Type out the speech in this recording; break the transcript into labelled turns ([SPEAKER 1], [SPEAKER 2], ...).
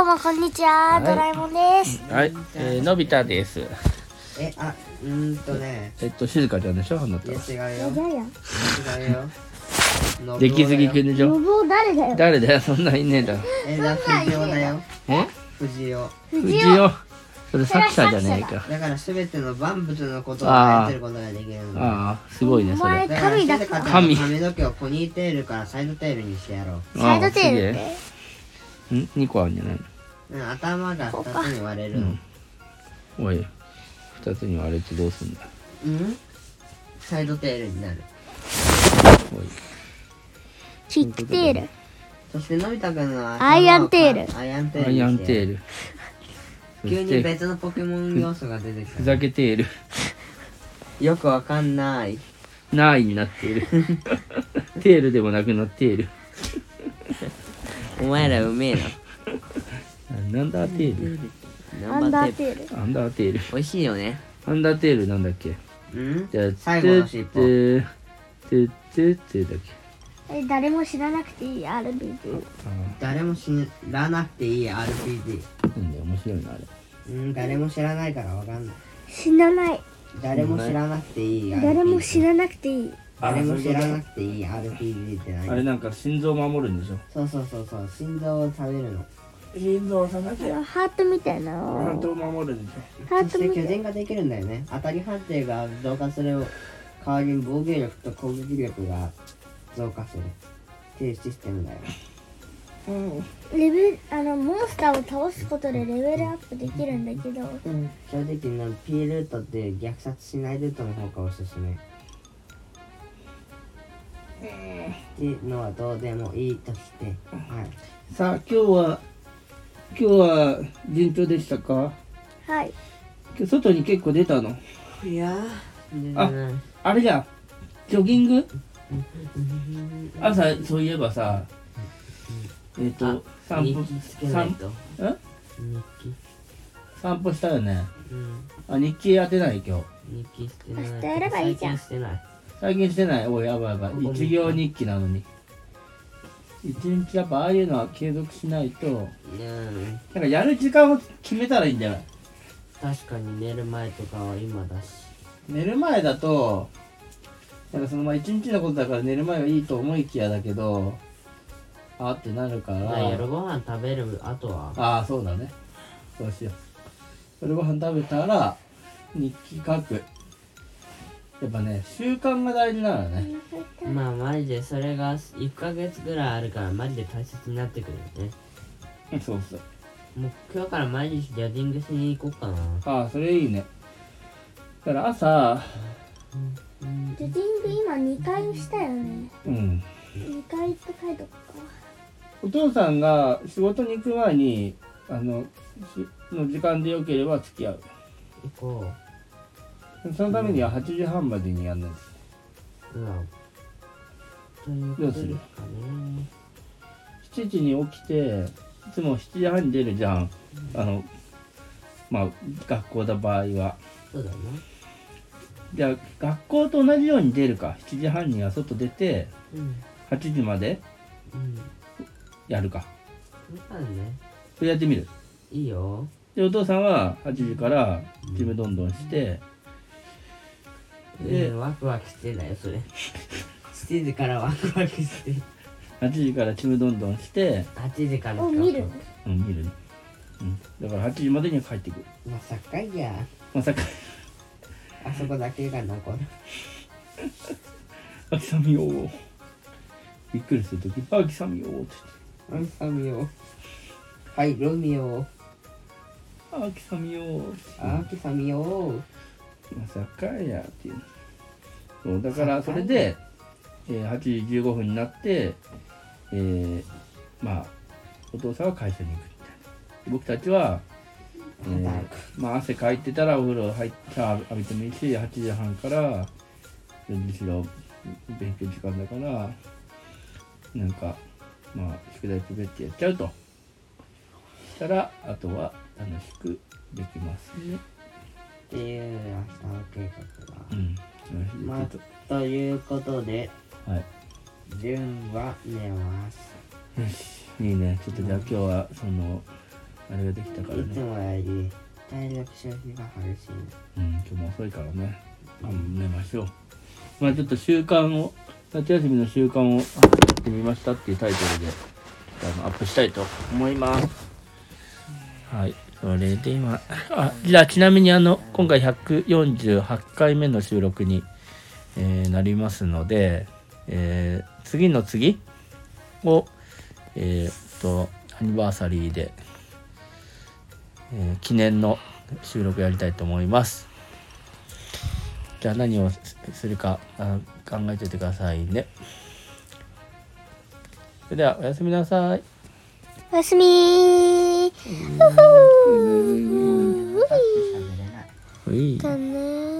[SPEAKER 1] うもこんにちは、ドラえもんです。
[SPEAKER 2] はい、えー、のび太です。
[SPEAKER 3] え、あ、うーんとね。
[SPEAKER 2] えっと、静香ちゃんでしょあなた
[SPEAKER 3] いや
[SPEAKER 2] は。
[SPEAKER 3] 違う
[SPEAKER 1] え、
[SPEAKER 3] よ。
[SPEAKER 1] 誰だ
[SPEAKER 3] 違うよ。の
[SPEAKER 2] 出来すぎく んでし
[SPEAKER 1] ご
[SPEAKER 2] ょ
[SPEAKER 1] ぼう誰だよ。
[SPEAKER 2] 誰だよ、そんないねえだろ。
[SPEAKER 3] え、だ、藤尾だよ。
[SPEAKER 2] え
[SPEAKER 3] 藤尾。
[SPEAKER 2] 藤
[SPEAKER 1] 藤
[SPEAKER 2] 尾。それ作者じゃねえか。
[SPEAKER 3] だから、すべての万物のことを変えてることができるの。
[SPEAKER 2] ああ、すごいね、それ。
[SPEAKER 3] だから、
[SPEAKER 1] 神だ
[SPEAKER 3] 静香ちゃん
[SPEAKER 2] 神
[SPEAKER 3] の髪の毛をポニーテールからサイドテールにしてやろ
[SPEAKER 1] サイドテールっ
[SPEAKER 2] あ
[SPEAKER 1] て。
[SPEAKER 2] あすげえん ?2 個あるんじゃないの
[SPEAKER 3] う。うん、頭が二つに割れるの。
[SPEAKER 2] おい、2つに割れてどうすんだ。
[SPEAKER 3] うん。サイドテールになる。
[SPEAKER 2] おい、
[SPEAKER 1] キックテール。
[SPEAKER 3] そして、のび太くんの頭を
[SPEAKER 1] アイアンテール
[SPEAKER 3] アイアンテー
[SPEAKER 2] ア
[SPEAKER 3] ルにして
[SPEAKER 2] イ
[SPEAKER 3] や
[SPEAKER 2] ア
[SPEAKER 3] る。
[SPEAKER 2] ンテール。そ
[SPEAKER 3] 急
[SPEAKER 2] し
[SPEAKER 3] に
[SPEAKER 2] て、
[SPEAKER 3] 別のポケモン要素が出てき
[SPEAKER 2] ふ
[SPEAKER 3] た。
[SPEAKER 2] ざけている。
[SPEAKER 3] よくわかんない。
[SPEAKER 2] ないになっている。テールでもなくなっている。
[SPEAKER 3] お前らうめえな。
[SPEAKER 2] なんだテール
[SPEAKER 1] アンダーテール。
[SPEAKER 2] アンダーテール。
[SPEAKER 3] 美味しいよね。
[SPEAKER 2] アンダーテールなんだっけ
[SPEAKER 3] うん
[SPEAKER 2] じゃあ、
[SPEAKER 3] 最後の尻尾
[SPEAKER 2] てーてーてーてーだっけ
[SPEAKER 1] え、誰も知らなくていい RBD。
[SPEAKER 2] あ
[SPEAKER 3] 誰も知らなくていい RPG
[SPEAKER 2] あ、なんだよ面白いな、あれ。
[SPEAKER 3] うん誰も知らないからわかんない
[SPEAKER 1] 死なない。
[SPEAKER 3] 誰も知らなくていい RPG
[SPEAKER 1] 誰も知らなくていい。
[SPEAKER 3] 誰も知らなくていい RPG って
[SPEAKER 2] あれ
[SPEAKER 3] 何
[SPEAKER 2] なんか心臓守るんでしょ
[SPEAKER 3] そうそうそうそう心臓を食べるの
[SPEAKER 2] 心臓をさなき
[SPEAKER 1] ハートみたいなのを。
[SPEAKER 2] を守るんでし
[SPEAKER 1] ハ
[SPEAKER 3] そ
[SPEAKER 1] ート
[SPEAKER 3] し
[SPEAKER 1] み
[SPEAKER 3] て
[SPEAKER 1] た
[SPEAKER 3] 巨
[SPEAKER 1] いな。
[SPEAKER 3] 人ができるんだよね当たり判定が増加する代わりに防御力と攻撃力が増加するっていうシステムだよ
[SPEAKER 1] レベル、あの、モンスターを倒すことでレベルアップできるんだけど、
[SPEAKER 3] うん正直の P ルートっていう虐殺しないルートの方がおすすめっていうのはどうでもいいとしてはい
[SPEAKER 2] ょさあ今日は今日は順調でしたか
[SPEAKER 1] はい。
[SPEAKER 2] 今日外に結構出たの
[SPEAKER 3] いや
[SPEAKER 2] あ
[SPEAKER 3] ー
[SPEAKER 2] あれじゃんジョギング朝そういえばさえっ、と
[SPEAKER 3] あ
[SPEAKER 2] 散
[SPEAKER 3] 日
[SPEAKER 2] 歩
[SPEAKER 3] 記つけないと
[SPEAKER 2] え
[SPEAKER 3] 日記
[SPEAKER 2] 散歩したよね
[SPEAKER 3] うん
[SPEAKER 2] あ日記やってない今日
[SPEAKER 3] 日記してない
[SPEAKER 1] 明日やればいいじゃん
[SPEAKER 3] 最近してない
[SPEAKER 2] 最近してないおいやばいやばい
[SPEAKER 3] ここに
[SPEAKER 2] 一行日記なのに一日やっぱああいうのは継続しないと
[SPEAKER 3] うん
[SPEAKER 2] なんかやる時間を決めたらいいんじゃない
[SPEAKER 3] 確かに寝る前とかは今だし
[SPEAKER 2] 寝る前だとなんかそのまあ一日のことだから寝る前はいいと思いきやだけどあーってなるから
[SPEAKER 3] まあ夜ご飯食べる後は
[SPEAKER 2] ああそうだねそうしよう夜ご飯食べたら日記書くやっぱね習慣が大事なのね
[SPEAKER 3] まあマジでそれが1ヶ月ぐらいあるからマジで大切になってくるよね
[SPEAKER 2] そうそう
[SPEAKER 3] もう今日から毎日ジョギングしに行こうかな
[SPEAKER 2] ああそれいいねだから朝
[SPEAKER 1] ジョギング今2回したよね。
[SPEAKER 2] うん
[SPEAKER 1] 2回って書いとくか。
[SPEAKER 2] お父さんが仕事に行く前にあのしの時間でよければ付き合う
[SPEAKER 3] 行こ
[SPEAKER 2] そのためには8時半までにやんないと
[SPEAKER 3] ううわということですかね
[SPEAKER 2] 7時に起きていつも7時半に出るじゃんあのまあ学校の場合は
[SPEAKER 3] そうだな
[SPEAKER 2] じゃあ学校と同じように出るか7時半には外出て
[SPEAKER 3] うん
[SPEAKER 2] 8時まで
[SPEAKER 3] うん
[SPEAKER 2] やるか
[SPEAKER 3] みかんね
[SPEAKER 2] それやってみる
[SPEAKER 3] いいよ
[SPEAKER 2] でお父さんは8時からちむどんどんしてで
[SPEAKER 3] うんワクワクしてだよそれ7時からワクワクして
[SPEAKER 2] 8時からちむどんどんして、
[SPEAKER 3] 8時から
[SPEAKER 1] を見る。
[SPEAKER 2] うん、見るね、うん、だから8時までには帰ってくる
[SPEAKER 3] まさかいや
[SPEAKER 2] まさか
[SPEAKER 3] あそこだけが残る
[SPEAKER 2] 秋さみをびっくりするとき「秋さみよ」って
[SPEAKER 3] アンサミオはいロミオ
[SPEAKER 2] 言って「秋さみよ」
[SPEAKER 3] アーキサミオ
[SPEAKER 2] まさかやっていうそうだからそれで、えー8時15分になって、えーまあお父さんは会社に行くみたいな僕たちは、えー
[SPEAKER 3] 働
[SPEAKER 2] まあ、汗かいてたらお風呂入っシャワー浴びてもいいし8時半から4時しろ勉強時間だからなんかまあ宿題プべってやっちゃうとしたらあとは楽しくできますね。
[SPEAKER 3] っていう明日の計画だ
[SPEAKER 2] うん、
[SPEAKER 3] まあということで
[SPEAKER 2] はい。
[SPEAKER 3] 順は寝ます
[SPEAKER 2] よし、いいね。ちょっとじゃあ今日はそのあれができたから
[SPEAKER 3] いつ
[SPEAKER 2] ね
[SPEAKER 3] もより体力消費が激しい
[SPEAKER 2] うん今日も遅いからねあ寝ましょうまあちょっと習慣を夏休みの習慣をやってみましたっていうタイトルであのアップしたいと思いますはいそれで今あじゃあちなみにあの今回148回目の収録に、えーなりますので、えー次の次をえーっとアニバーサリーで、えー記念の収録やりたいと思いますじゃあ何をすするかあ考えておいてくださいねそれではおやすみなさい
[SPEAKER 1] おやすみー。うふう
[SPEAKER 3] うまく喋れない
[SPEAKER 1] だねー